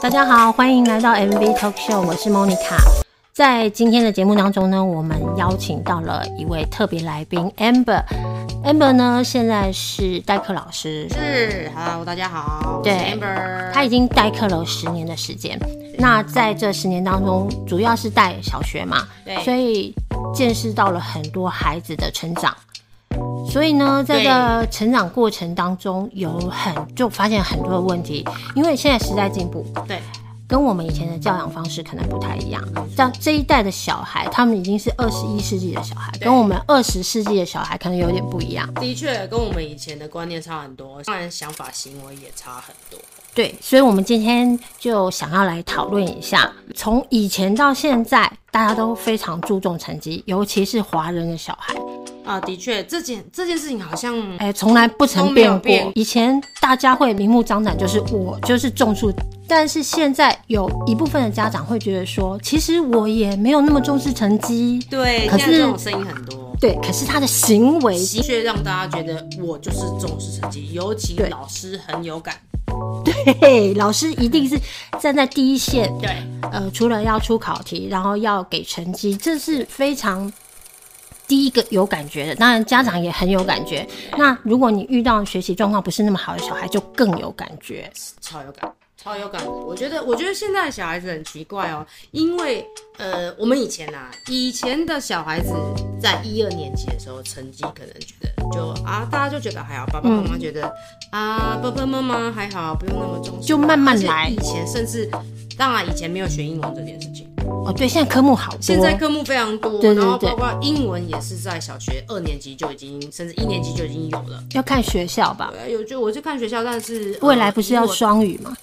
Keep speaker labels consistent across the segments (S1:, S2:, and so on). S1: 大家好，欢迎来到 MV Talk Show，我是 Monica。在今天的节目当中呢，我们邀请到了一位特别来宾 Amber。Amber 呢，现在是代课老师，
S2: 是，Hello，大家好，
S1: 对
S2: 我是 Amber，
S1: 他已经代课了十年的时间。那在这十年当中，主要是带小学嘛，
S2: 对
S1: 所以见识到了很多孩子的成长。所以呢，在这个成长过程当中，有很就发现很多的问题，因为现在时代进步，
S2: 对，
S1: 跟我们以前的教养方式可能不太一样。像这一代的小孩，他们已经是二十一世纪的小孩，
S2: 对
S1: 跟我们二十世纪的小孩可能有点不一样。
S2: 的确跟我们以前的观念差很多，当然想法行为也差很多，
S1: 对，所以我们今天就想要来讨论一下，从以前到现在，大家都非常注重成绩，尤其是华人的小孩，
S2: 啊，的确，这件这件事情好像，
S1: 哎，从来不曾
S2: 都没
S1: 变
S2: 有
S1: 过。
S2: 变
S1: 以前大家会明目张胆，就是我就是重视，但是现在有一部分的家长会觉得说，其实我也没有那么重视成绩，
S2: 对，
S1: 可
S2: 现
S1: 是
S2: 在这种声音很多，
S1: 对，可是他的行为
S2: 的确让大家觉得我就是重视成绩，尤其
S1: 对
S2: 老师很有感，
S1: 嘿嘿，老师一定是站在第一线。
S2: 对，
S1: 呃，除了要出考题，然后要给成绩，这是非常第一个有感觉的。当然，家长也很有感觉。那如果你遇到学习状况不是那么好的小孩，就更有感觉。
S2: 超有感，超有感的。我觉得，我觉得现在的小孩子很奇怪哦，因为呃，我们以前啊，以前的小孩子在一二年级的时候，成绩可能觉得就啊，大家就觉得还好，爸爸
S1: 嗯
S2: 妈妈觉得、啊，爸爸妈妈还好，不用那么重视，
S1: 就慢慢来
S2: 而且以前甚至，当然以前没有学英文这件事情，
S1: 哦，对，现在科目好多，
S2: 现在科目非常多，
S1: 对对
S2: 然后
S1: 对
S2: 包括英文也是在小学二年级就已经，甚至一年级就已经有了。
S1: 要看学校吧。
S2: 对啊有就我就看学校，但是呃
S1: 未来不是要
S2: 以我
S1: 双语吗？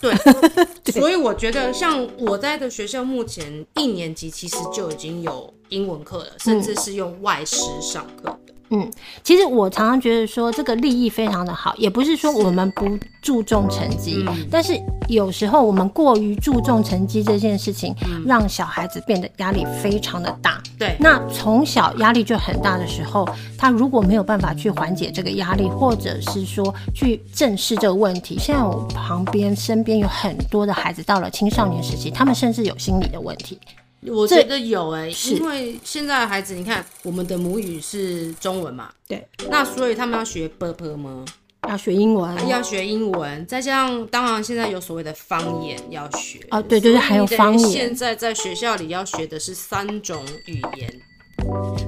S2: 对，
S1: 对
S2: 所以我觉得像我在的学校，目前一年级其实就已经有英文课了，甚至是用外师上课的。
S1: 嗯，其实我常常觉得说这个利益非常的好，也不是说我们不注重成绩，
S2: 嗯
S1: 但是有时候我们过于注重成绩这件事情，
S2: 嗯
S1: 让小孩子变得压力非常的大。
S2: 对，
S1: 那从小压力就很大的时候，他如果没有办法去缓解这个压力，或者是说去正视这个问题，现在我旁边身边有很多的孩子到了青少年时期，他们甚至有心理的问题。
S2: 我
S1: 这
S2: 觉得有哎、
S1: 是
S2: 因为现在的孩子，你看我们的母语是中文嘛，
S1: 对，
S2: 那所以他们要学 b p 吗？
S1: 要学英文，
S2: 要学英文，再加上当然现在有所谓的方言要学
S1: 哦对对对
S2: 所以
S1: 还有
S2: 你等于
S1: 方言
S2: 现在在学校里要学的是三种语言，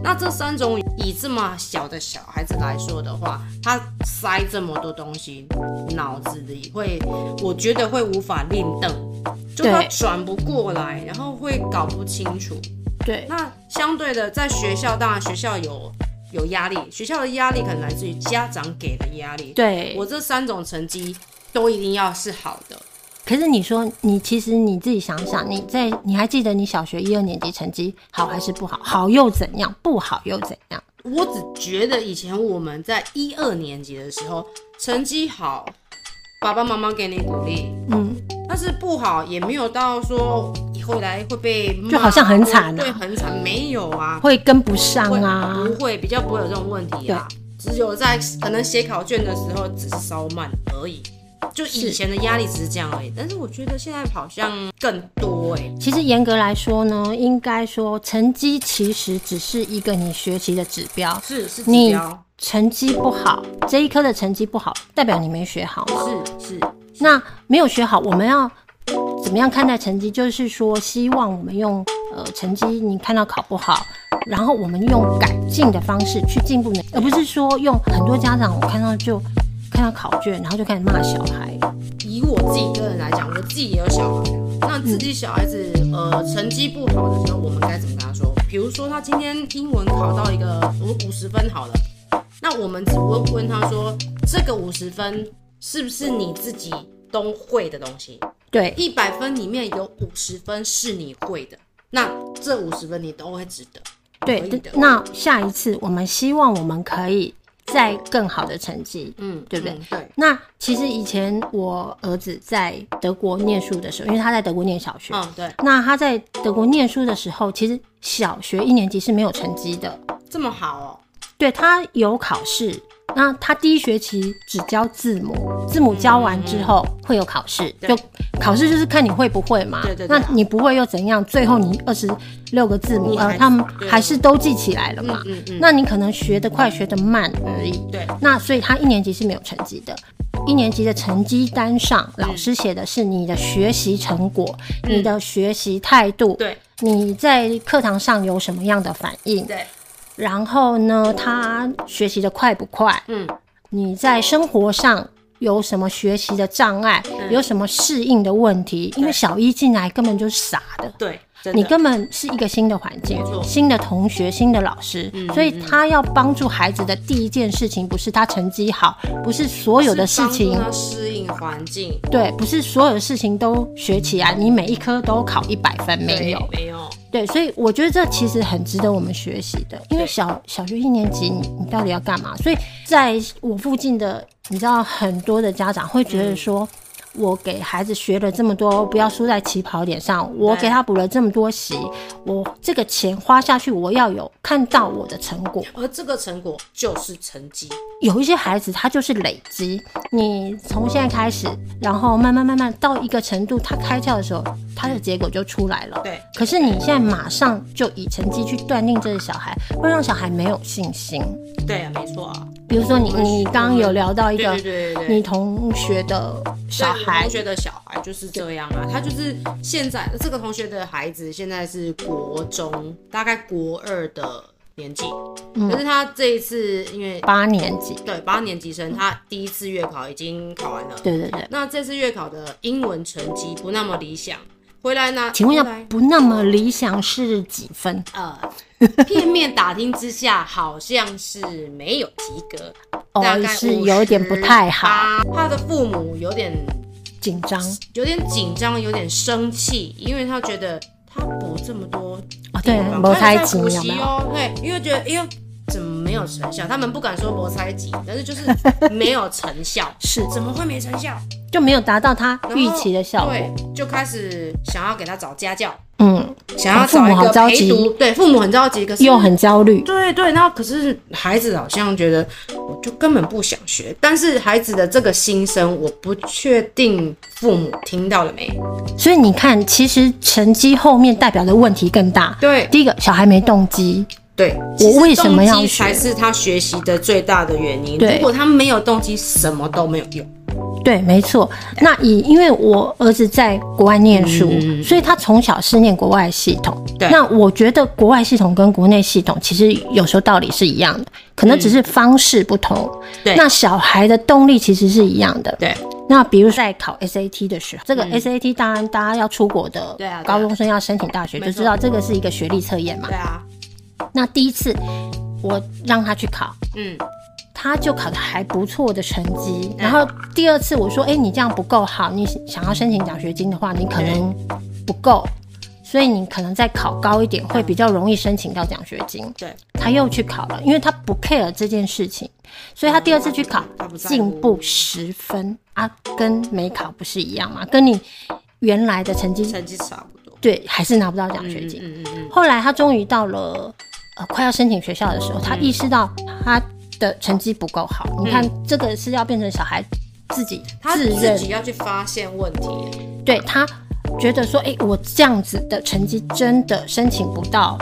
S2: 那这三种语以这么小的小孩子来说的话，他塞这么多东西，脑子里会，我觉得会无法练凳，就他
S1: 对
S2: 转不过来，然后会搞不清楚。
S1: 对
S2: 那相对的，在学校当然学校有有压力，学校的压力可能来自于家长给的压力，
S1: 对。
S2: 我这三种成绩都一定要是好的。
S1: 可是你说，你其实你自己想想，你在你还记得你小学一二年级成绩好还是不好？好又怎样？不好又怎样？
S2: 我只觉得以前我们在一二年级的时候成绩好，爸爸妈妈给你鼓励，
S1: 嗯，
S2: 但是不好也没有到说后来会被骂
S1: 就好像很惨啊
S2: 对，很惨，没有啊，
S1: 会跟不上啊。
S2: 会不会比较不会有这种问题啊，只有在可能写考卷的时候只是稍慢而已。就以前的压力只是这样而已，但是我觉得现在好像更多哎、
S1: 其实严格来说呢，应该说成绩其实只是一个你学习的指标。
S2: 是是指
S1: 你
S2: 标，
S1: 成绩不好，这一科的成绩不好，代表你没学好嘛。
S2: 是是
S1: 那没有学好，我们要怎么样看待成绩？就是说，希望我们用呃成绩，你看到考不好，然后我们用改进的方式去进步你，而不是说用很多家长我看到就看到考卷，然后就开始骂小孩。
S2: 以我自己个人来讲，我自己也有小孩啊，那自己小孩子、呃成绩不好的时候，我们该怎么跟他说？比如说他今天英文考到一个我五十分好了，那我们只会问他说，这个五十分是不是你自己都会的东西？
S1: 对，
S2: 一百分里面有五十分是你会的，那这五十分你都会值得。
S1: 对
S2: 可以的，
S1: 那下一次我们希望我们可以再更好的成绩。
S2: 嗯，
S1: 对不对
S2: 嗯对，
S1: 那其实以前我儿子在德国念书的时候，因为他在德国念小学，
S2: 嗯对，
S1: 那他在德国念书的时候，其实小学一年级是没有成绩的，
S2: 这么好哦，
S1: 对他有考试，那他第一学期只教字母，字母教完之后会有考试，
S2: 嗯对
S1: 就考试就是看你会不会嘛。
S2: 对对对
S1: 那你不会又怎样？最后你二十六个字母，
S2: 你还
S1: 呃，
S2: 是
S1: 他们
S2: 对
S1: 还是都记起来了嘛。
S2: 嗯嗯
S1: 那你可能学得快，学得慢而已。
S2: 对，
S1: 那所以他一年级是没有成绩的。一年级的成绩单上，老师写的是你的学习成果、你的学习态度，
S2: 嗯对，
S1: 你在课堂上有什么样的反应，
S2: 对，
S1: 然后呢，他学习的快不快，
S2: 嗯，
S1: 你在生活上有什么学习的障碍，
S2: 嗯
S1: 有什么适应的问题，因为小一进来根本就是傻的。
S2: 对，真
S1: 你
S2: 的，
S1: 根本是一个新的环境
S2: 没错、嗯
S1: 新的同学、新的老师，所以他要帮助孩子的第一件事情，不是他成绩好，不是所有的事
S2: 是帮
S1: 情哦
S2: 助，他适应环境，
S1: 对，不是所有的事情都学起来，你每一科都考一百分，没有
S2: 对，没有，
S1: 对，所以我觉得这其实很值得我们学习的，因为
S2: 对
S1: 小小学一年级你你到底要干嘛？所以在我附近的，你知道很多的家长会觉得说。我给孩子学了这么多，不要输在起跑点上。我给他补了这么多习，我这个钱花下去，我要有看到我的成果。
S2: 而这个成果就是成绩，
S1: 有一些孩子他就是累积，你从现在开始，然后慢慢慢慢到一个程度，他开窍的时候，他的结果就出来了。
S2: 对，
S1: 可是你现在马上就以成绩去断定这个小孩，会让小孩没有信心。
S2: 对啊，没错啊，
S1: 比如说你，你刚刚有聊到一
S2: 对
S1: 个
S2: 对对对对。
S1: 你同学的小
S2: 对我
S1: 孩
S2: 同，学的小孩就是这样啊，他就是现在这个同学的孩子现在是国中，大概国二的年纪，
S1: 嗯
S2: 可是他这一次因为
S1: 八年级，
S2: 对八年级生，他第一次月考已经考完了，
S1: 对对对。
S2: 那这次月考的英文成绩不那么理想，回来呢？
S1: 请问一
S2: 回
S1: 下
S2: 来，
S1: 不那么理想是几分？
S2: 呃，片面打听之下，好像是没有及格，
S1: 哦
S2: 大，概
S1: 是有点不太好，
S2: 58。他的父母有点
S1: 紧张
S2: 有点紧张，有点生气，因为他觉得他补这么多
S1: 哦，对，
S2: 他
S1: 没猜
S2: 在
S1: 紧
S2: 补
S1: 有
S2: 习
S1: 没有？
S2: 哦，对，因为觉得哎呦怎么没有成效？他们不敢说没猜紧，但是就是 没有成效，
S1: 是，
S2: 怎么会没成效？
S1: 就没有达到他
S2: 然后
S1: 预期的效果。
S2: 对，就开始想要给他找家教，
S1: 嗯，
S2: 想要
S1: 父
S2: 找
S1: 母
S2: 一
S1: 好
S2: 个
S1: 着
S2: 陪读，对，父母很着急，可是
S1: 又很焦虑。
S2: 对对，然后可是孩子好像觉得我就根本不想学，但是孩子的这个心声，我不确定父母听到了没。
S1: 所以你看，其实成绩后面代表的问题更大。
S2: 对
S1: 第一个，小孩没动机，
S2: 对，
S1: 我为什么要
S2: 其实动机
S1: 学
S2: 才是他学习的最大的原因。
S1: 对
S2: 如果他没有动机，什么都没有用。
S1: 对，没错。那以因为我儿子在国外念书，所以他从小是念国外系统。
S2: 嗯对
S1: 那我觉得国外系统跟国内系统其实有时候道理是一样的，可能只是方式不同。
S2: 嗯对
S1: 那小孩的动力其实是一样的。
S2: 对嗯
S1: 那比如在考 SAT 的时候，这个 SAT 当然大家要出国的
S2: 对啊对啊
S1: 高中生要申请大学，
S2: 没
S1: 就
S2: 错
S1: 知道这个是一个学历测验嘛
S2: 对。啊，
S1: 那第一次我让他去考，
S2: 嗯，
S1: 他就考的还不错的成绩。然后第二次我说，哎、你这样不够好，你想要申请奖学金的话，你可能不够，所以你可能再考高一点会比较容易申请到奖学金。
S2: 对，
S1: 他又去考了，因为他不 care 这件事情，所以他第二次去考
S2: 他不在乎
S1: 进步十分啊，跟没考不是一样吗？跟你原来的成绩
S2: 成绩差不多。
S1: 对还是拿不到奖学金。
S2: 嗯嗯嗯，
S1: 后来他终于到了呃快要申请学校的
S2: 哦
S1: 时候，他意识到他的成绩不够好。你看，这个是要变成小孩自己
S2: 嗯他
S1: 自
S2: 自
S1: 认，
S2: 己要去发现问题。
S1: 对他觉得说，哎、我这样子的成绩真的申请不到。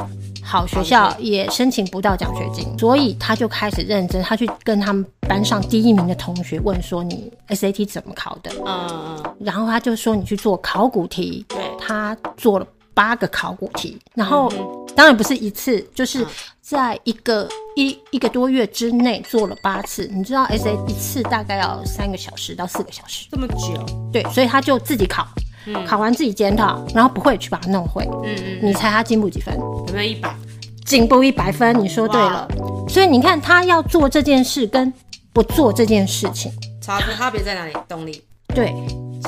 S1: 好学校也申请不到奖学金，所以他就开始认真，他去跟他们班上第一名的同学问说：“你 SAT 怎么考的？”
S2: 嗯嗯，
S1: 然后他就说你去做考古题，
S2: 对嗯
S1: 他做了八个考古题，然后、当然不是一次，就是在一个、一一个多月之内做了八次。你知道 S A 一次大概要三个小时到四个小时，
S2: 这么久。
S1: 对，所以他就自己考，考完自己检讨，然后不会去把它弄会。
S2: 嗯嗯，
S1: 你猜他进步几分？
S2: 有没有一百？
S1: 进步一百分，你说对了。所以你看他要做这件事跟不做这件事情，
S2: 差不差别在哪里？动力、
S1: 对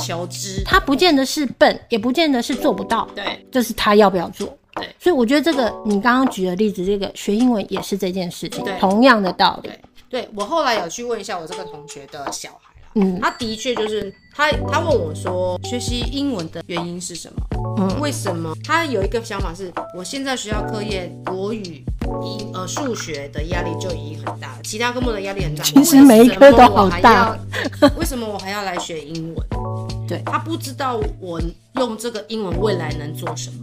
S2: 求知。
S1: 他不见得是笨，也不见得是做不到。
S2: 对
S1: 这是他要不要做。
S2: 对，
S1: 所以我觉得这个你刚刚举的例子，这个学英文也是这件事情，
S2: 对
S1: 同样的道理。
S2: 对对，我后来有去问一下我这个同学的小孩啦，
S1: 嗯
S2: 他的确就是他，他问我说，学习英文的原因是什么？
S1: 嗯
S2: 为什么？他有一个想法是，我现在学校课业、国语、英呃数学的压力就已经很大了，其他科目的压力很大。
S1: 其实每一科都好大
S2: 为什么我还要。为什么我还要来学英文？
S1: 对
S2: 他不知道我用这个英文未来能做什么。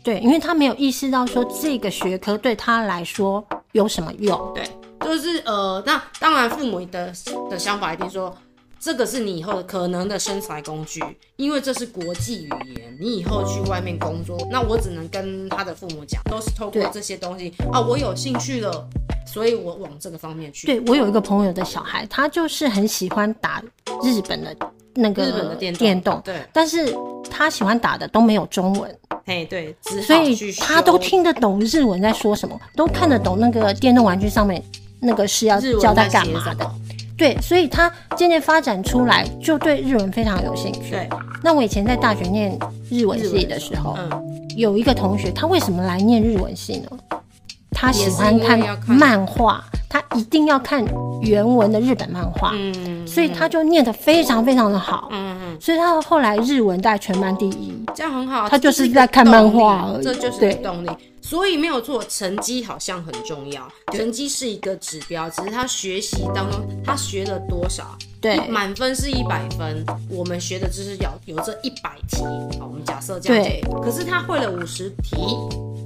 S1: 对，因为他没有意识到说这个学科对他来说有什么用。
S2: 对，就是呃，那当然父母的的想法一定说，这个是你以后的可能的生财工具，因为这是国际语言，你以后去外面工作，那我只能跟他的父母讲，都是透过
S1: 对
S2: 这些东西啊，我有兴趣了，所以我往这个方面去。
S1: 对我有一个朋友的小孩，他就是很喜欢打日本的那个
S2: 日本的电动
S1: 电动，
S2: 对，哦
S1: 但是他喜欢打的都没有中文，
S2: 嘿，对，只
S1: 所
S2: 好
S1: 以
S2: 去
S1: 他都
S2: 修
S1: 听得懂日文在说什么，都看得懂那个电动玩具上面那个是要
S2: 日文
S1: 教他
S2: 在
S1: 干
S2: 写
S1: 嘛
S2: 什
S1: 的。
S2: 么
S1: 对，所以他渐渐发展出来，就对日文非常有兴趣。
S2: 对，
S1: 那我以前在大学念日文
S2: 日
S1: 系
S2: 文
S1: 的时候，
S2: 嗯，
S1: 有一个同学，他为什么来念日文系呢？他喜
S2: 也是
S1: 欢
S2: 因为
S1: 看
S2: 要看
S1: 漫画，他一定要看原文的日本漫画，
S2: 嗯
S1: 所以他就念得非常非常的好，
S2: 嗯嗯，
S1: 所以他后来日文大概全班第一。
S2: 这样很好啊，
S1: 他
S2: 这
S1: 就是是
S2: 一个
S1: 在看
S2: 动
S1: 漫
S2: 力
S1: 画而已
S2: 这就是
S1: 对
S2: 一个动力。所以没有错，成绩好像很重要，成绩是一个指标，只是他学习当中他学了多少。
S1: 对
S2: 一满分是一百分，我们学的知识要有这一百题，好，我们假设这样
S1: 对
S2: 讲，可是他会了五十题，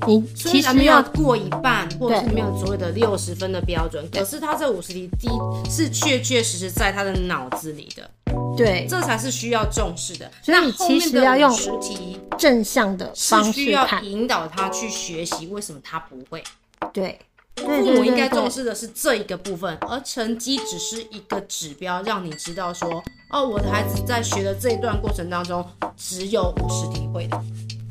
S1: 你
S2: 虽
S1: 其
S2: 然
S1: 实
S2: 没有
S1: 要
S2: 过一半，或者是
S1: 对
S2: 没有所谓的六十分的标准，可是他这五十题第一是确确实实在他的脑子里的，
S1: 对
S2: 这才是需要重视的。
S1: 所以
S2: 那
S1: 你
S2: 后
S1: 其
S2: 面
S1: 实
S2: 的
S1: 要用
S2: 50题
S1: 正向的
S2: 是
S1: 方
S2: 需
S1: 式
S2: 要
S1: 看，
S2: 引导他去学习，为什么他不会？
S1: 对，对
S2: 父
S1: 对
S2: 母
S1: 对
S2: 应该
S1: 对
S2: 重视的是这一个部分，而成绩只是一个指标，让你知道说，哦，我的孩子在学的这一段过程当中，只有五十题会的。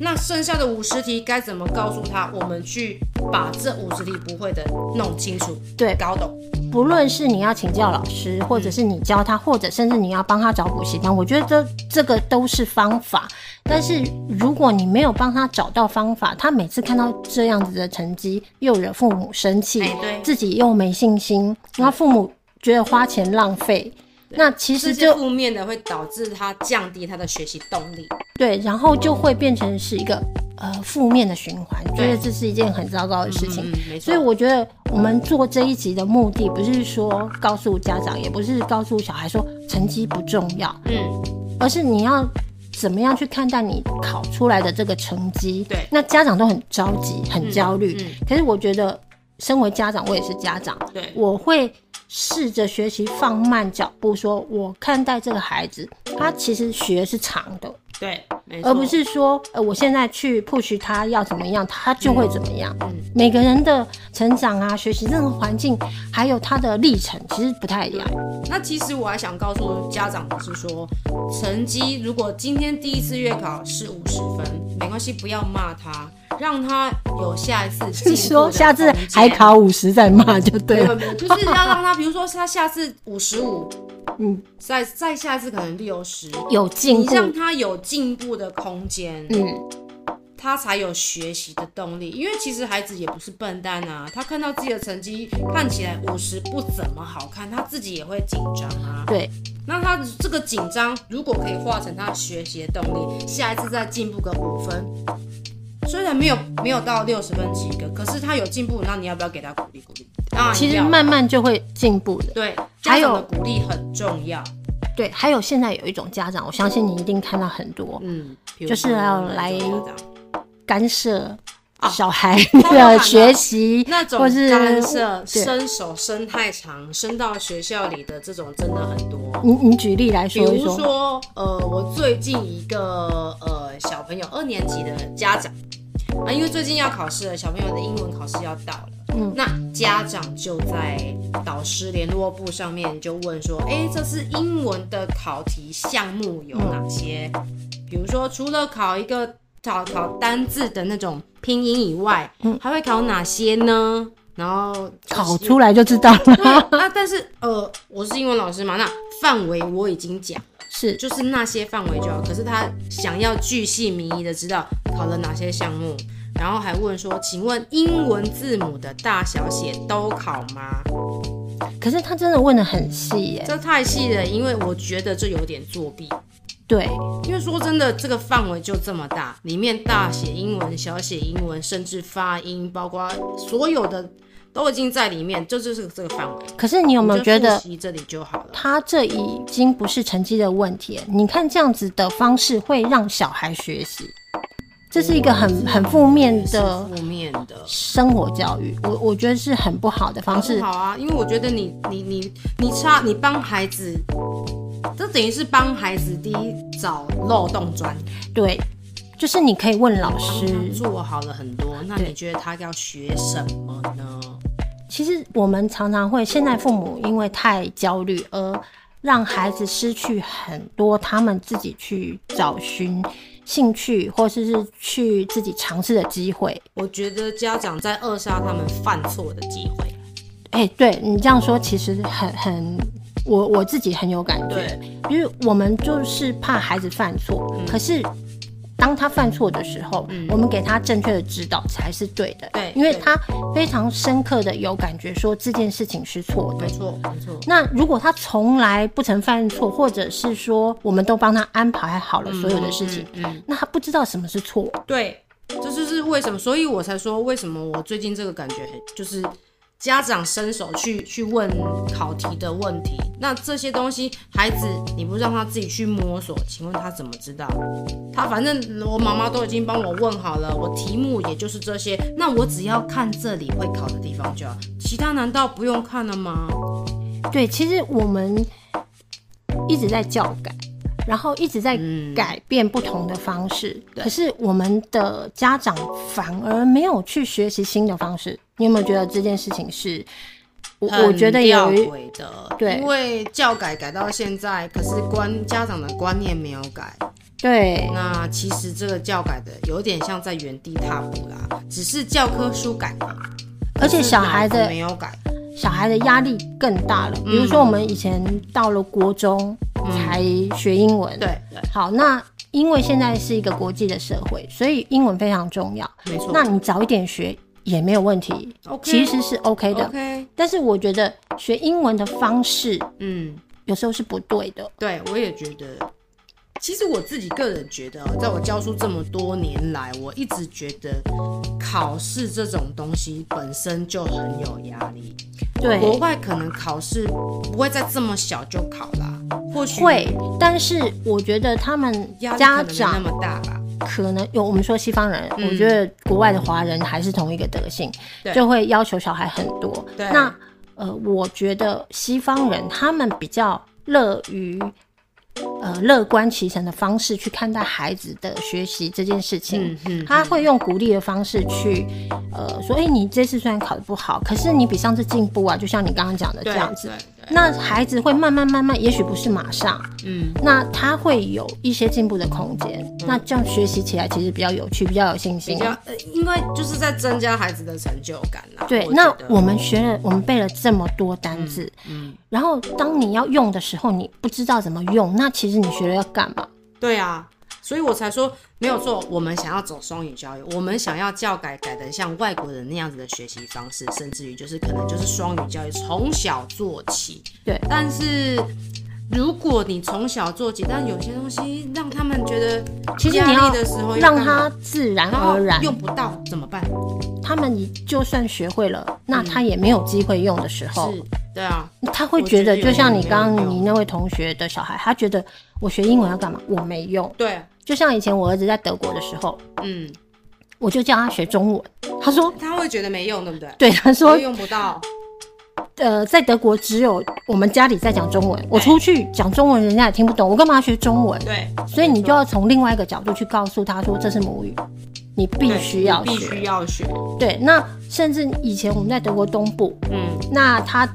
S2: 那剩下的五十题该怎么告诉他？我们去把这五十题不会的弄清楚，
S1: 对
S2: 搞懂。
S1: 不论是你要请教老
S2: 嗯
S1: 师，或者是你教他，或者甚至你要帮他找补习班，我觉得这这个都是方法。但是如果你没有帮他找到方法，他每次看到这样子的成绩，又惹父母生气
S2: 哎对，
S1: 自己又没信心，然后父母觉得花钱浪费，那其
S2: 这
S1: 实
S2: 些
S1: 就
S2: 负面的会导致他降低他的学习动力。
S1: 对，然后就会变成是一个呃负面的循环，觉
S2: 对
S1: 得这是一件很糟糕的事情。
S2: 嗯，没错。
S1: 所以我觉得我们做这一集的目的，不是说告诉家长，也不是告诉小孩说成绩不重要，
S2: 嗯，
S1: 而是你要怎么样去看待你考出来的这个成绩。
S2: 对
S1: 那家长都很着急、很焦虑，
S2: 嗯
S1: 可是我觉得，身为家长，我也是家长，
S2: 对，
S1: 我会试着学习放慢脚步说，我看待这个孩子，他其实学是长的，
S2: 对，没错。
S1: 而不是说，呃，我现在去 push 他要怎么样，他就会怎么样。
S2: 嗯嗯
S1: 每个人的成长啊、学习任何环境，还有他的历程，其实不太一样。
S2: 那其实我还想告诉家长的是说，成绩如果今天第一次月考是五十分，没关系，不要骂他，让他有下一 次进
S1: 是
S2: 步
S1: 说
S2: 的
S1: 下次
S2: 空间
S1: 还。考五十再骂就对
S2: 没
S1: 了。
S2: 有没有，就是要让他，比如说他下次五十五，
S1: 嗯，
S2: 再再下次可能六十，
S1: 有进
S2: 你
S1: 步，
S2: 让他有进步的空间，
S1: 嗯，
S2: 他才有学习的动力。因为其实孩子也不是笨蛋啊，他看到自己的成绩看起来五十不怎么好看，他自己也会紧张啊。
S1: 对，
S2: 那他这个紧张，如果可以化成他学习的动力，下一次再进步个五分，虽然没有没有到六十分及格，可是他有进步，那你要不要给他鼓励鼓励？当然
S1: 其实
S2: 要啊
S1: 慢慢就会进步的。
S2: 对
S1: 还
S2: 家
S1: 有
S2: 长的鼓励很重要。
S1: 对，还有现在有一种家长，我相信你一定看到很多
S2: 嗯，比如
S1: 就是
S2: 说
S1: 要
S2: 那种
S1: 来
S2: 家长
S1: 干涉
S2: 啊
S1: 小孩
S2: 当然
S1: 的
S2: 了
S1: 学习，
S2: 那种
S1: 或是
S2: 干涉、
S1: 对
S2: 伸手伸太长、伸到学校里的这种真的很多。
S1: 你你举例来
S2: 比
S1: 说一
S2: 如
S1: 说，
S2: 说，呃，我最近一个呃小朋友二年级的家长啊，因为最近要考试了，小朋友的英文考试要到了，
S1: 嗯
S2: 那家长就在导师联络簿上面就问说，哎，这次英文的考题项目有
S1: 嗯
S2: 哪些？比如说，除了考一个考考单字的那种拼音以外，
S1: 嗯
S2: 还会考哪些呢？然后
S1: 考出来就知道
S2: 对
S1: 了，
S2: 啊，但是呃，我是英文老师嘛，那范围我已经讲。
S1: 是
S2: 就是那些范围就好。可是他想要巨细靡遗的知道考了哪些项目，然后还问说，请问英文字母的大小写都考吗？
S1: 可是他真的问的很细耶、
S2: 这太细了，因为我觉得这有点作弊。
S1: 对，
S2: 因为说真的，这个范围就这么大，里面大写英文、小写英文，甚至发音，包括所有的都已经在里面，这就是这个范围。
S1: 可是你有没有觉
S2: 你就
S1: 得
S2: 复习这里就好了？
S1: 他这已经不是成绩的问题了？你看这样子的方式会让小孩学习，这是一个很很负面的
S2: 是负面的。
S1: 生活教育，我我觉得是很不好的方式
S2: 不。好啊，因为我觉得你你你你差，你帮孩子，这等于是帮孩子第一找漏洞钻，
S1: 对，就是你可以问老
S2: 帮
S1: 师，
S2: 他做好了很多。那
S1: 对
S2: 你觉得他要学什么呢？
S1: 其实我们常常会，现在父母因为太焦虑而让孩子失去很多他们自己去找寻兴趣或者是去自己尝试的机会。
S2: 我觉得家长在扼杀他们犯错的机会。
S1: 哎、对你这样说，
S2: 嗯
S1: 其实很很，我我自己很有感觉，
S2: 对，嗯
S1: 因为我们就是怕孩子犯错，可是。当他犯错的时候，我们给他正确的指导才是对的。
S2: 对
S1: 因为
S2: 对
S1: 他非常深刻的有感觉，说这件事情是错的
S2: 没。错，没错。
S1: 那如果他从来不曾犯错，或者是说我们都帮他安排好了所有的事情，
S2: 嗯嗯
S1: 那他不知道什么是错。
S2: 对，这就是为什么，所以我才说为什么我最近这个感觉很就是家长伸手去去问考题的问题，那这些东西孩子你不让他自己去摸索，请问他怎么知道？他反正我妈妈都已经帮我问好了，我题目也就是这些，那我只要看这里会考的地方就好，其他难道不用看了吗？
S1: 对，其实我们一直在教改，然后一直在
S2: 嗯
S1: 改变不同的方式，可是我们的家长反而没有去学习新的方式。你有没有觉得这件事情是？我我觉得
S2: 很吊
S1: 有一
S2: 诡的，
S1: 对
S2: 因为教改改到现在，可是观家长的观念没有改，
S1: 对
S2: 那其实这个教改的有点像在原地踏步啦，只是教科书改了，
S1: 而且小孩的
S2: 可是脑子没有改，
S1: 小孩的压力更大
S2: 嗯
S1: 了。比如说，我们以前到了国中才学英文，
S2: 对对，
S1: 好，那因为现在是一个国际的社会，所以英文非常重要。
S2: 没错。
S1: 那你早一点学也没有问题
S2: OK
S1: 其实是 OK 的。
S2: OK，
S1: 但是我觉得学英文的方式
S2: 嗯，
S1: 有时候是不对的。
S2: 对我也觉得，其实我自己个人觉得哦，在我教书这么多年来，我一直觉得考试这种东西本身就很有压力。
S1: 对，
S2: 国外可能考试不会在这么小就考啦，或许
S1: 会，但是我觉得他们
S2: 压力
S1: 家
S2: 可能没那
S1: 长
S2: 么大吧。
S1: 可能有我们说西方人，
S2: 嗯
S1: 我觉得国外的华人还是同一个德性，
S2: 对
S1: 就会要求小孩很多。
S2: 对
S1: 那呃，我觉得西方人他们比较乐于呃乐观其成的方式去看待孩子的学习这件事情。
S2: 嗯嗯，
S1: 他会用鼓励的方式去，呃，说，哎、你这次虽然考得不好，可是你比上次进步啊，就像你刚刚讲的这
S2: 对
S1: 样子。
S2: 对对，
S1: 那孩子会慢慢慢慢，也许不是马上，
S2: 嗯。
S1: 那他会有一些进步的空间，那这样学习起来其实比较有趣，比较有信
S2: 比
S1: 心。
S2: 较，呃，因为就是在增加孩子的成就感啦。
S1: 对，
S2: 我
S1: 那
S2: 觉得
S1: 我们学了，我们背了这么多单字，
S2: 嗯，
S1: 然后当你要用的时候，你不知道怎么用，那其实你学了要干嘛？
S2: 对啊，所以我才说没有错，我们想要走双语教育，我们想要教改改的像外国人那样子的学习方式，甚至于就是可能就是双语教育，从小做起。
S1: 对
S2: 但是。如果你从小做起，但有些东西让他们觉得
S1: 其实
S2: 压
S1: 你
S2: 力
S1: 要
S2: 的时候要
S1: 让
S2: 干
S1: 他
S2: 嘛
S1: 自然
S2: 然后
S1: 而然，
S2: 用不到怎么办？
S1: 他们就算学会了，那他也没有机会用的时候，
S2: 嗯是，对啊，
S1: 他会觉得
S2: 我觉得有
S1: 就像你
S2: 没有
S1: 刚刚
S2: 用
S1: 你那位同学的小孩，他觉得我学英文要干嘛？我没用。
S2: 对，
S1: 就像以前我儿子在德国的时候，
S2: 嗯，
S1: 我就叫他学中文，他说。
S2: 他会觉得没用，对不对？
S1: 对，他说
S2: 都用不到，
S1: 呃，在德国只有我们家里在讲中文，我出去讲中文，人家也听不懂，我干嘛要学中文？
S2: 哎对，
S1: 所以你就要从另外一个角度去告诉他说这是母语，你必
S2: 对
S1: 须要
S2: 必须
S1: 学。
S2: 要学，
S1: 对，那甚至以前我们在德国东部，
S2: 嗯，
S1: 那他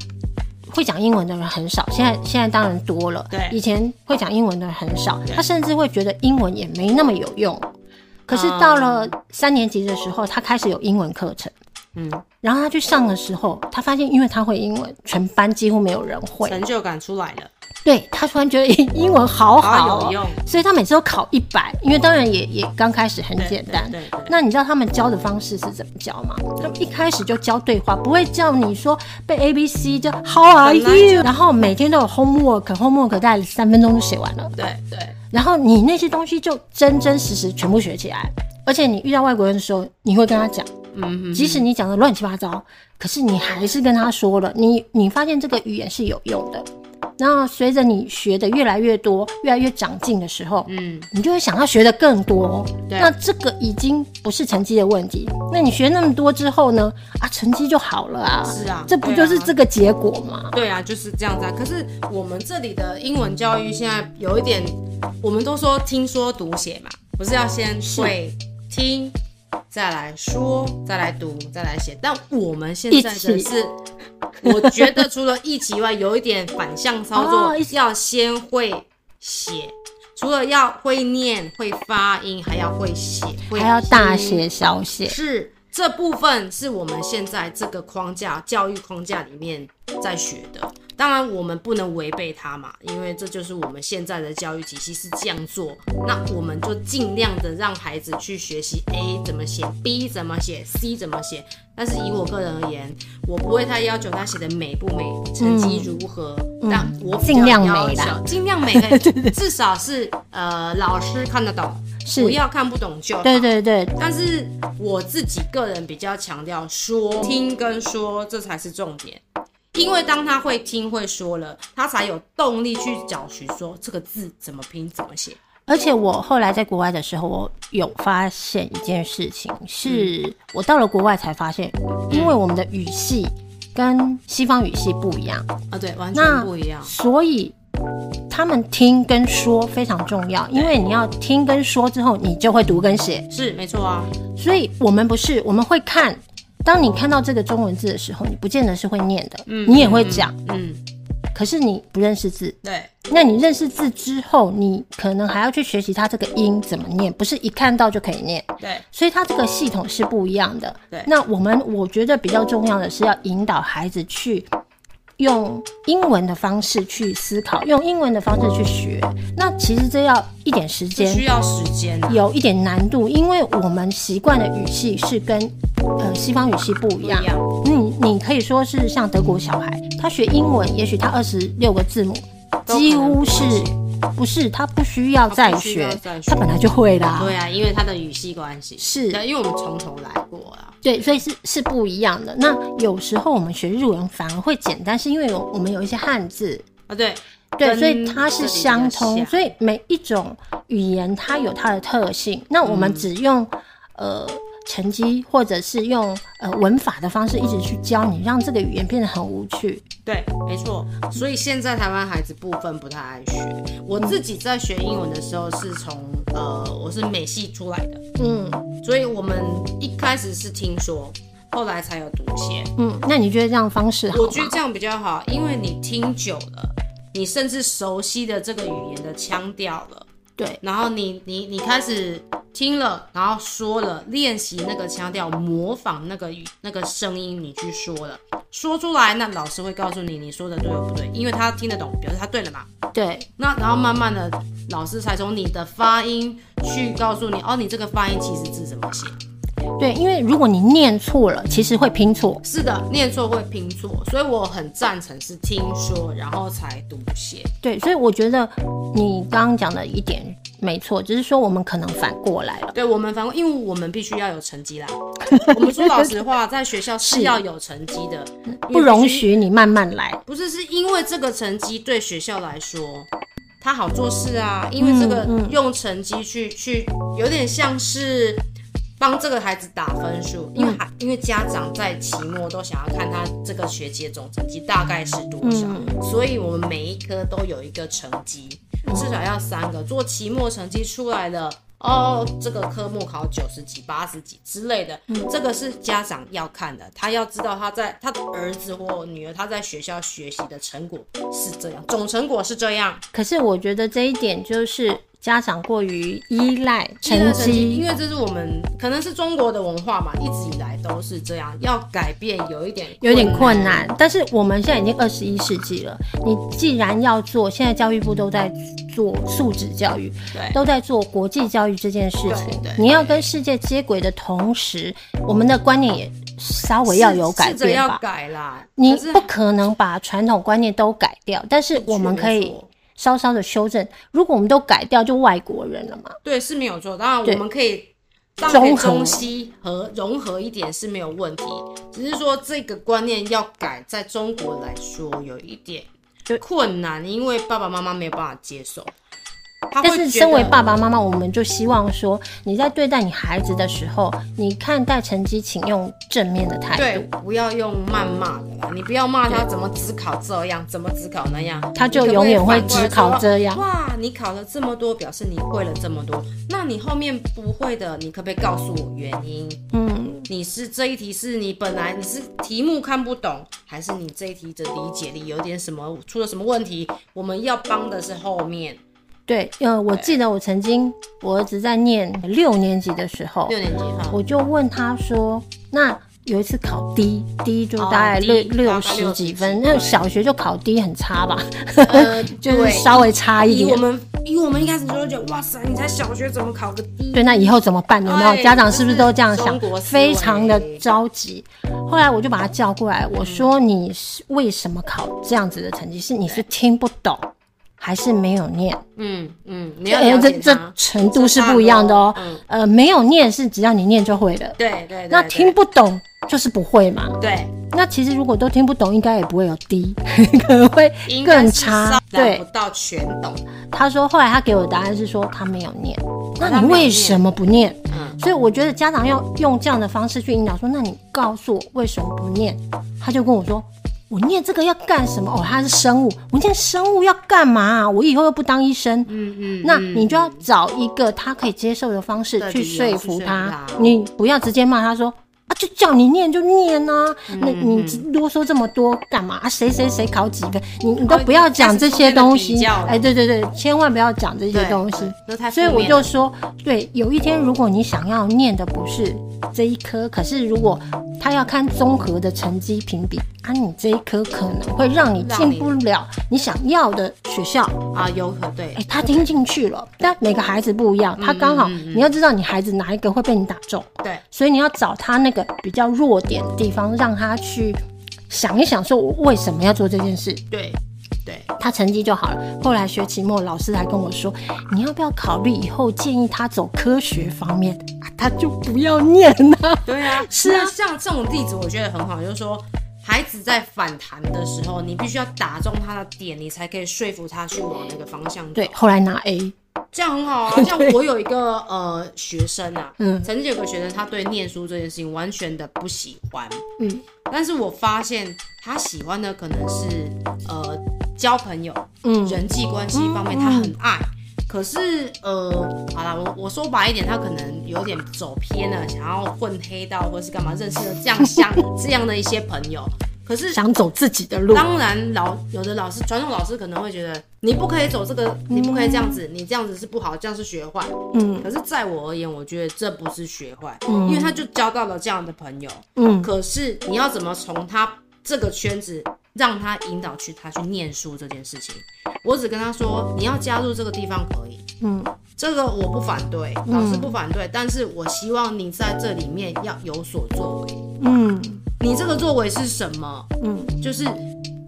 S1: 会讲英文的人很少，现在现在当然多了。
S2: 哦对
S1: 以前会讲英文的人很少，
S2: 对
S1: 他甚至会觉得英文也没那么有用。可是到了三年级的时候，他开始有英文课程。
S2: 哦嗯，
S1: 然后他去上的时候，他发现，因为他会英文，全班几乎没有人会。
S2: 成就感出来了，
S1: 对他突然觉得英英文好好、
S2: 好
S1: 哦，
S2: 有用，
S1: 所以他每次都考一百，因为当然也也刚开始很简单。
S2: 对对对对
S1: 那你知道他们教的方式是怎么教吗？他们一开始就教对话，不会叫你说背 A B C 就 How are
S2: 本来就
S1: you，然后每天都有 homework，homework 大概三分钟就写完了，
S2: 对对，
S1: 然后你那些东西就真真实实全部学起来。而且你遇到外国人的时候，你会跟他讲，
S2: 嗯哼，
S1: 即使你讲的乱七八糟，可是你还是跟他说了，你你发现这个语言是有用的。那随着你学的越来越多，越来越长进的时候，
S2: 嗯，
S1: 你就会想要学的更多。
S2: 对
S1: 那这个已经不是成绩的问题。那你学那么多之后呢？啊，成绩就好了啊。
S2: 是啊
S1: 这不就是
S2: 对啊
S1: 这个结果吗？
S2: 对啊，就是这样子啊。可是我们这里的英文教育现在有一点，我们都说听说读写嘛，不是要先会听，再来说，再来读，再来写。但我们现在的
S1: 一起
S2: 是，我觉得除了一起以外，有一点反向操 作，
S1: 哦一起
S2: 要先会写。除了要会念、会发音，还要会写，会
S1: 还要大
S2: 听
S1: 写小写。
S2: 是这部分是我们现在这个框架教育框架里面在学的。当然，我们不能违背它嘛，因为这就是我们现在的教育体系是这样做。那我们就尽量的让孩子去学习 A 怎么写，B 怎么写，C 怎么写。但是以我个人而言，我不会太要求他写的美不美，成绩如何，但我比较
S1: 尽量美
S2: 要
S1: 啦
S2: 求尽量 美可以至少是呃老师看得懂，
S1: 是
S2: 不要看不懂就好。
S1: 对对对，
S2: 但是我自己个人比较强调说听跟说，这才是重点。因为当他会听会说了，他才有动力去找寻说这个字怎么拼怎么写。
S1: 而且我后来在国外的时候，我有发现一件事情，是我到了国外才发现，因为我们的语系跟西方语系不一样，
S2: 啊，对，完
S1: 那
S2: 全不一样。
S1: 所以他们听跟说非常重要，因为你要听跟说之后，你就会读跟写。
S2: 是没错啊，
S1: 所以我们不是，我们会看。当你看到这个中文字的时候，你不见得是会念的，你也会讲，
S2: 嗯，
S1: 可是你不认识字。
S2: 对，
S1: 那你认识字之后，你可能还要去学习它这个音怎么念，不是一看到就可以念。
S2: 对，
S1: 所以它这个系统是不一样的。
S2: 对
S1: 那我们我觉得比较重要的是要引导孩子去用英文的方式去思考，用英文的方式去学。那其实这要一点时
S2: 这需
S1: 间，
S2: 要时间啊，
S1: 有一点难度，因为我们习惯的语系是跟呃西方语系不
S2: 不
S1: 一
S2: 一
S1: 样。
S2: 样。
S1: 你你可以说是像德国小孩，他学英文，也许他二十六个字母
S2: 都可能
S1: 几乎
S2: 不
S1: 是
S2: 会写
S1: 不是他不需要
S2: 他
S1: 再
S2: 不需要
S1: 学
S2: 再，学
S1: 他本来就会啦。
S2: 对啊，因为他的语系关系
S1: 是
S2: 对，因为我们从头来过啊。
S1: 对，所以是是不一样的。那有时候我们学日文反而会简单，是因为有我们有一些汉字，
S2: 啊，对，
S1: 对，
S2: 跟
S1: 所以它是相
S2: 这里
S1: 通，
S2: 比较像
S1: 所以每一种语言它有它的特性。那我
S2: 嗯
S1: 们只用、呃成绩或者是用呃文法的方式一直去教你，让这个语言变得很无趣。
S2: 对，没错。所以现在台湾孩子部分不太爱学。我自己在学英文的时候是从呃，我是美系出来的，
S1: 嗯
S2: 所以我们一开始是听说，后来才有读写。
S1: 嗯，那你觉得这样方式好
S2: 我觉得
S1: 吗？
S2: 这样比较好，因为你听久了，你甚至熟悉的这个语言的腔调了。
S1: 对，
S2: 然后你你你开始听了，然后说了，练习那个腔调，模仿那个语那个声音，你去说了，说出来，那老师会告诉你你说的对或不对，因为他听得懂，表示他对了嘛。
S1: 对，
S2: 那然后慢慢的，老师才从你的发音去告诉你，哦，你这个发音其实字怎么写。
S1: 对，因为如果你念错了，其实会拼错。
S2: 是的，念错会拼错，所以我很赞成是听说，然后才读写。
S1: 对，所以我觉得你刚刚讲的一点没错，只是说我们可能反过来了。
S2: 对我们反过，因为我们必须要有成绩啦。 我们说老实话，在学校是要有成绩的，
S1: 不容
S2: 因为必须。
S1: 许你慢慢来。
S2: 不是，是因为这个成绩对学校来说，他好做事啊，因为这个
S1: 嗯
S2: 用成绩去去，有点像是帮这个孩子打分数，因为
S1: 嗯
S2: 孩因为家长在期末都想要看他这个学期的总成绩大概是多少，
S1: 嗯
S2: 所以我们每一科都有一个成绩，至少要三个，做期末成绩出来了。哦，这个科目考九十几、八十几之类的，
S1: 嗯
S2: 这个是家长要看的，他要知道他在他的儿子或女儿他在学校学习的成果是这样，总成果是这样，
S1: 可是我觉得这一点就是，家长过于依赖
S2: 依赖
S1: 成
S2: 成绩，
S1: 绩
S2: 因，为这是我们可能是中国的文化嘛，一直以来都是这样，要改变有一点
S1: 有点困难。但是我们现在已经二十一世纪了，你既然要做，现在教育部都在做素质教育，
S2: 对
S1: 都在做国际教育这件事情
S2: 对对。
S1: 你要跟世界接轨的同时，我们的观念也稍微要有改
S2: 试着
S1: 变
S2: 要
S1: 吧。
S2: 改啦。
S1: 你
S2: 可是
S1: 不可能把传统观念都改掉，但是我们可
S2: 没
S1: 以
S2: 错
S1: 稍稍的修正。如果我们都改掉，就外国人了嘛。
S2: 对是没有做，当然
S1: 对
S2: 我们可以当然可以
S1: 中和
S2: 中西和融合一点是没有问题，只是说这个观念要改，在中国来说有一点
S1: 对
S2: 困难，因为爸爸妈妈没有办法接受。他会
S1: 但是
S2: 觉
S1: 身为
S2: 得
S1: 爸爸妈妈，我们就希望说，你在对待你孩子的时候，你看待成绩，请用正面的态
S2: 对
S1: 度。，
S2: 不要用谩骂的啦，你不要骂他怎么只考这样，怎么只考那样，
S1: 他就
S2: 你可不可以
S1: 永远会
S2: 反过来
S1: 只考
S2: 说
S1: 这样
S2: 哇，你考了这么多，表示你会了这么多，那你后面不会的，你可不可以告诉我原因？
S1: 嗯，
S2: 你是这一题是你本来你是题目看不懂，还是你这一题的理解力有点什么出了什么问题？我们要帮的是后面
S1: 对，呃，我记得我曾经我儿子在念六年级的时候，
S2: 六年级哈，
S1: 我就问他说，那有一次考低，低就
S2: 哦
S1: 大概六
S2: 低
S1: 六
S2: 大概
S1: 十
S2: 60
S1: 几
S2: 几
S1: 分，
S2: 分
S1: 那
S2: 对
S1: 小学就考低很差吧，
S2: 呃，
S1: 就是
S2: 对
S1: 稍微差一
S2: 以我
S1: 点。
S2: 们以我们一开始就会觉得，哇塞，你才小学怎么考个低？
S1: 对，那以后怎么办？有没有
S2: 对
S1: 家长是不是都这样
S2: 这
S1: 想
S2: 哎是中国？思
S1: 非
S2: 维
S1: 常的着急。后来我就把他叫过来，我说你是为什么考这样子的成绩？是你是听不懂，还是没有念？
S2: 嗯嗯，你要
S1: 哎、
S2: 了
S1: 这
S2: 解
S1: 这
S2: 他
S1: 程度是不一样的哦
S2: 这差很多。嗯
S1: 呃，没有念是只要你念就会了，
S2: 对对对，
S1: 那
S2: 对
S1: 听不懂就是不会嘛。
S2: 对，
S1: 那其实如果都听不懂，应该也不会有低， 可能会
S2: 应该
S1: 更
S2: 是
S1: 差
S2: 稍。
S1: 对
S2: 不，到全懂，
S1: 他说后来他给我的答案是说他没有念，那
S2: 他
S1: 你
S2: 没有
S1: 为
S2: 念
S1: 什么不念？
S2: 嗯，
S1: 所以我觉得家长要用这样的方式去引导说，那你告诉我为什么不念？他就跟我说，我念这个要干什么？哦，他是生物，我念生物要干嘛啊、我以后又不当医生。嗯嗯，那你就要找一个他可以接受的方式
S2: 的
S1: 去
S2: 理由
S1: 说
S2: 去
S1: 服
S2: 说服
S1: 他
S2: 他，
S1: 你不要直接骂他说。啊，就叫你念就念啊！
S2: 嗯
S1: 那你啰嗦这么多干嘛？啊，谁谁谁考几分？你你都
S2: 哦
S1: 不要
S2: 开始
S1: 讲这
S2: 出
S1: 些
S2: 现了
S1: 东
S2: 比
S1: 西。
S2: 较了
S1: 哎，对对对，千万不要讲这些
S2: 对
S1: 东西。
S2: 对那太负
S1: 所以我
S2: 面
S1: 就
S2: 了
S1: 说，对，有一天如果你想要念的不是这一科，可是如果他要看综合的成绩评比，啊，你这一科可能会让你
S2: 让
S1: 进
S2: 你
S1: 不了你想要的学校。
S2: 啊，有可对
S1: 哎，，他听进去了，但每个孩子不一
S2: 嗯
S1: 样，他刚好你要知道你孩子哪一个会被你打中，
S2: 对
S1: 所以你要找他那个比较弱点的地方，让他去想一想，说我为什么要做这件事。
S2: 对对，
S1: 他成绩就好了。后来学期末，老师还跟我说，你要不要考虑以后建议他走科学方面啊？他就不要念了、
S2: 对啊，
S1: 是啊
S2: 那像这种例子，我觉得很好，就是说。孩子在反弹的时候，你必须要打中他的点，你才可以说服他去往那个方向走。
S1: 对，，后来拿 A，
S2: 这样很好 啊。像我有一个呃学生啊，
S1: 嗯
S2: 曾经有个学生，他对念书这件事情完全的不喜欢，
S1: 嗯，
S2: 但是我发现他喜欢的可能是呃交朋友，
S1: 嗯
S2: 人际关系方面他很爱。可是，呃，好啦，我我说白一点，他可能有点走偏了，想要混黑道或是干嘛，认识了这样像这样的一些朋友。可是，
S1: 想走自己的路。
S2: 当然老有的老师，传统老师可能会觉得你不可以走这个，你不可以这样子，你这样子是不好，这样是学坏。
S1: 嗯
S2: 可是在我而言，我觉得这不是学坏，因为他就交到了这样的朋友。
S1: 嗯，
S2: 可是你要怎么从他这个圈子让他引导去他去念书这件事情？我只跟他说，你要加入这个地方可以，
S1: 嗯，
S2: 这个我不反对，老师不反对，但是我希望你在这里面要有所作为。
S1: 嗯
S2: 你这个作为是什么？
S1: 嗯，
S2: 就是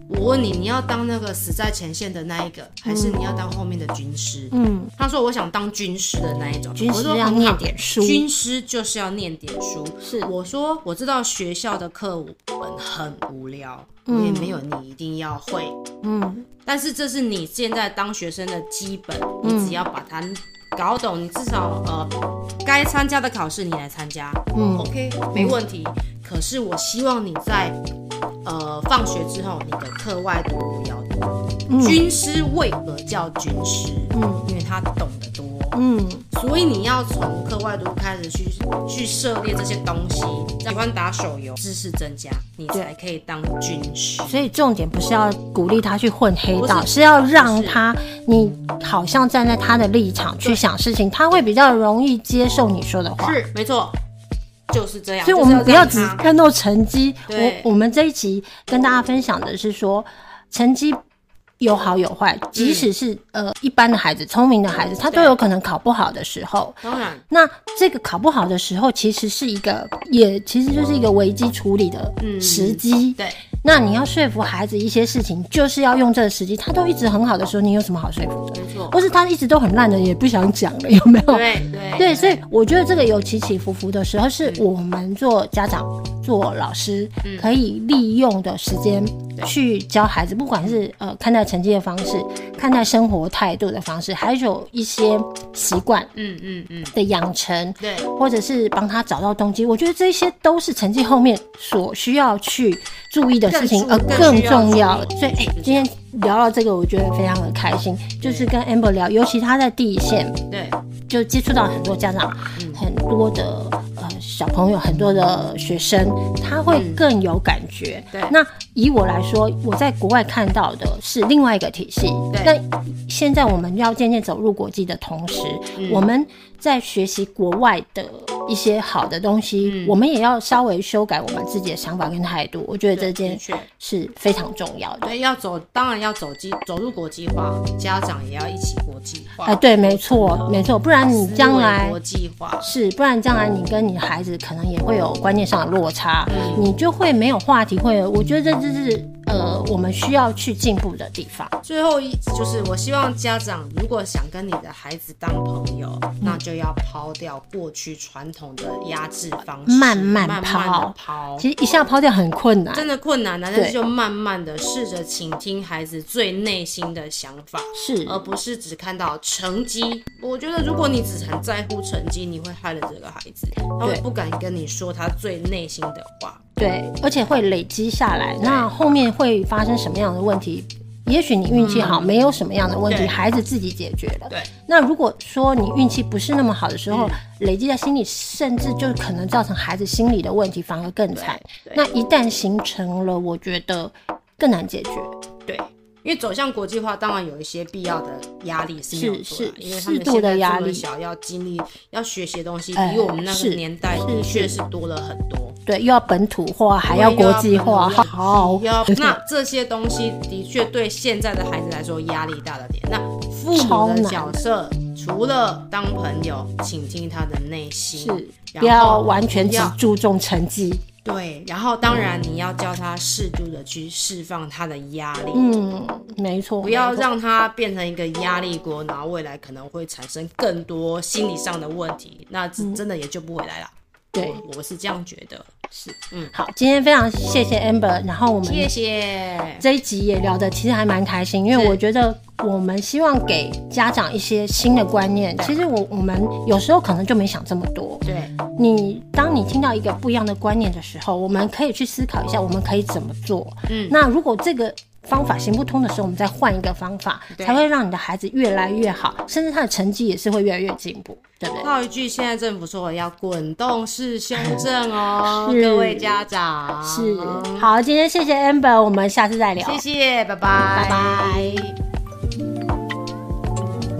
S2: 我问你，你要当那个死在前线的那一个，还是你要当后面的军师？
S1: 嗯，
S2: 他说我想当军师的那一种，
S1: 军
S2: 我
S1: 师
S2: 说
S1: 要
S2: 很
S1: 念
S2: 好
S1: 点书
S2: 军师就是要念点书。
S1: 是
S2: 我说我知道学校的课本很无聊，我也没有你一定要会，
S1: 嗯
S2: 但是这是你现在当学生的基本，
S1: 嗯
S2: 你只要把它搞懂，你至少呃该参加的考试你来参加，
S1: 嗯
S2: OK，没问题。可是我希望你在呃放学之后，你的课外读物要多。军师为何叫军师？
S1: 嗯
S2: 因为他懂得多。
S1: 嗯，
S2: 所以你要从课外读开始去去涉猎这些东西，喜欢打手游，知识增加，你才可以当军师。
S1: 所以重点不是要鼓励他去混黑道，
S2: 不是
S1: 是要让他，你好像站在他的立场去想事情，他会比较容易接受你说的话。
S2: 是，没错，就是这样。啊
S1: 所以
S2: 就
S1: 我
S2: 是
S1: 们不要
S2: 让
S1: 只
S2: 他
S1: 看到成绩。
S2: 对
S1: 我我们这一期跟大家分享的是说，成绩有好有坏，
S2: 嗯
S1: 即使是、呃一般的孩子、聪明的孩子，他都
S2: 对
S1: 有可能考不好的时候。
S2: 当然，
S1: 那这个考不好的时候，其实是一个，也其实就是一个危机处理的
S2: 嗯
S1: 时机。
S2: 对，
S1: 那你要说服孩子一些事情，就是要用这个时机。他都一直很好的时候，你有什么好说服的？
S2: 没错，
S1: 或是他一直都很烂的，也不想讲了，有没有？
S2: 对对
S1: 对，所以我觉得这个有起起伏伏的时候，是我们做家长、做老师可以利用的时间去教孩子，不管是呃看待成绩的方式、看待生活态度的方式，还有一些习惯
S2: 嗯嗯嗯，
S1: 的养成，
S2: 对，
S1: 或者是帮他找到动机，我觉得这些都是成绩后面所需要去注意的事情，
S2: 更
S1: 而
S2: 注
S1: 更
S2: 更需要
S1: 重要。
S2: 注意
S1: 所以、哎
S2: 是这样
S1: 今天聊到这个，我觉得非常的开心，就是跟 Amber 聊，尤其他在第一线。
S2: 对，
S1: 就接触到很多家长，很多的呃小朋友，很多的学生，他会更有感觉。
S2: 对
S1: 那以我来说，我在国外看到的是另外一个体系。
S2: 对
S1: 那现在我们要渐渐走入国际的同时，
S2: 嗯
S1: 我们在学习国外的一些好的东西，
S2: 嗯
S1: 我们也要稍微修改我们自己的想法跟态度。我觉得这
S2: 对的
S1: 件
S2: 确
S1: 是非常重要的。
S2: 对，要走，当然要走机，走入国际化，家长也要一起国际化。
S1: 哎，对，没错，没错，不然你
S2: 思维
S1: 将来
S2: 国际化，
S1: 是，不然将来你跟你的孩子可能也会有观念上的落差，
S2: 嗯
S1: 你就会没有话题，会有。我觉得这就是呃，我们需要去进步的地方。
S2: 最后一就是，我希望家长如果想跟你的孩子当朋友，那
S1: 嗯
S2: 就要抛掉过去传统的压制方式，
S1: 慢慢
S2: 慢
S1: 抛
S2: 地抛。
S1: 其实一下抛掉很困难，
S2: 真的困难啊的，但
S1: 对
S2: 是就慢慢的试着倾听孩子最内心的想法，
S1: 是
S2: 而不是只看到成绩。我觉得如果你只很在乎成绩，你会害了这个孩子，他会
S1: 对
S2: 不敢跟你说他最内心的话。
S1: 对，而且会累积下来。那
S2: 嗯
S1: 后面会发生什么样的问题？也许你运气好，没有什么样的问题，
S2: 嗯对
S1: 孩子自己解决了。
S2: 对，
S1: 那如果说你运气不是那么好的时
S2: 嗯
S1: 候，累积在心里，甚至就可能造成孩子心理的问题，反而更惨。
S2: 对
S1: 那一旦形成了，我觉得更难解决。
S2: 对，因为走向国际化，当然有一些必要的压力是没有错的
S1: 是是
S2: 因为他们
S1: 适度
S2: 现
S1: 的
S2: 在
S1: 压
S2: 这么
S1: 力
S2: 小要经历要学习的东西，
S1: 哎
S2: 比我们那个
S1: 是
S2: 年代
S1: 是
S2: 的确是多了很多。
S1: 对，又要本土化，还要国际化，
S2: 要
S1: 好，
S2: 要那这些东西的确对现在的孩子来说压力大了点。那父
S1: 超
S2: 母
S1: 难
S2: 的角色除了当朋友，请听他的内心，
S1: 是
S2: 然后
S1: 不要完全只
S2: 要
S1: 注重成绩。
S2: 对，然后当然你要教他适度的去释放他的压力。
S1: 嗯，没错，
S2: 不要
S1: 没错
S2: 让他变成一个压力锅，然后未来可能会产生更多心理上的问题，那这真的也救不回来了。
S1: 嗯对
S2: 我我是这样觉得。
S1: 是
S2: 嗯，
S1: 好。今天非常谢谢 Amber，然后我们
S2: 谢谢。
S1: 这一集也聊的其实还蛮开心，因为
S2: 是
S1: 我觉得我们希望给家长一些新的观念。其实我我们有时候可能就没想这么多。
S2: 对，
S1: 你当你听到一个不一样的观念的时候，我们可以去思考一下，我们可以怎么做。
S2: 嗯
S1: 那如果这个方法行不通的时候，我们再换一个方法，
S2: 对
S1: 才会让你的孩子越来越好，甚至他的成绩也是会越来越进步，对不对？
S2: 套一句，现在政府说了要滚动式修正哦，
S1: 是
S2: 各位家长
S1: 是。好，今天谢谢 Amber，我们下次再聊，
S2: 谢谢，拜拜，
S1: 拜
S2: 拜
S1: 拜。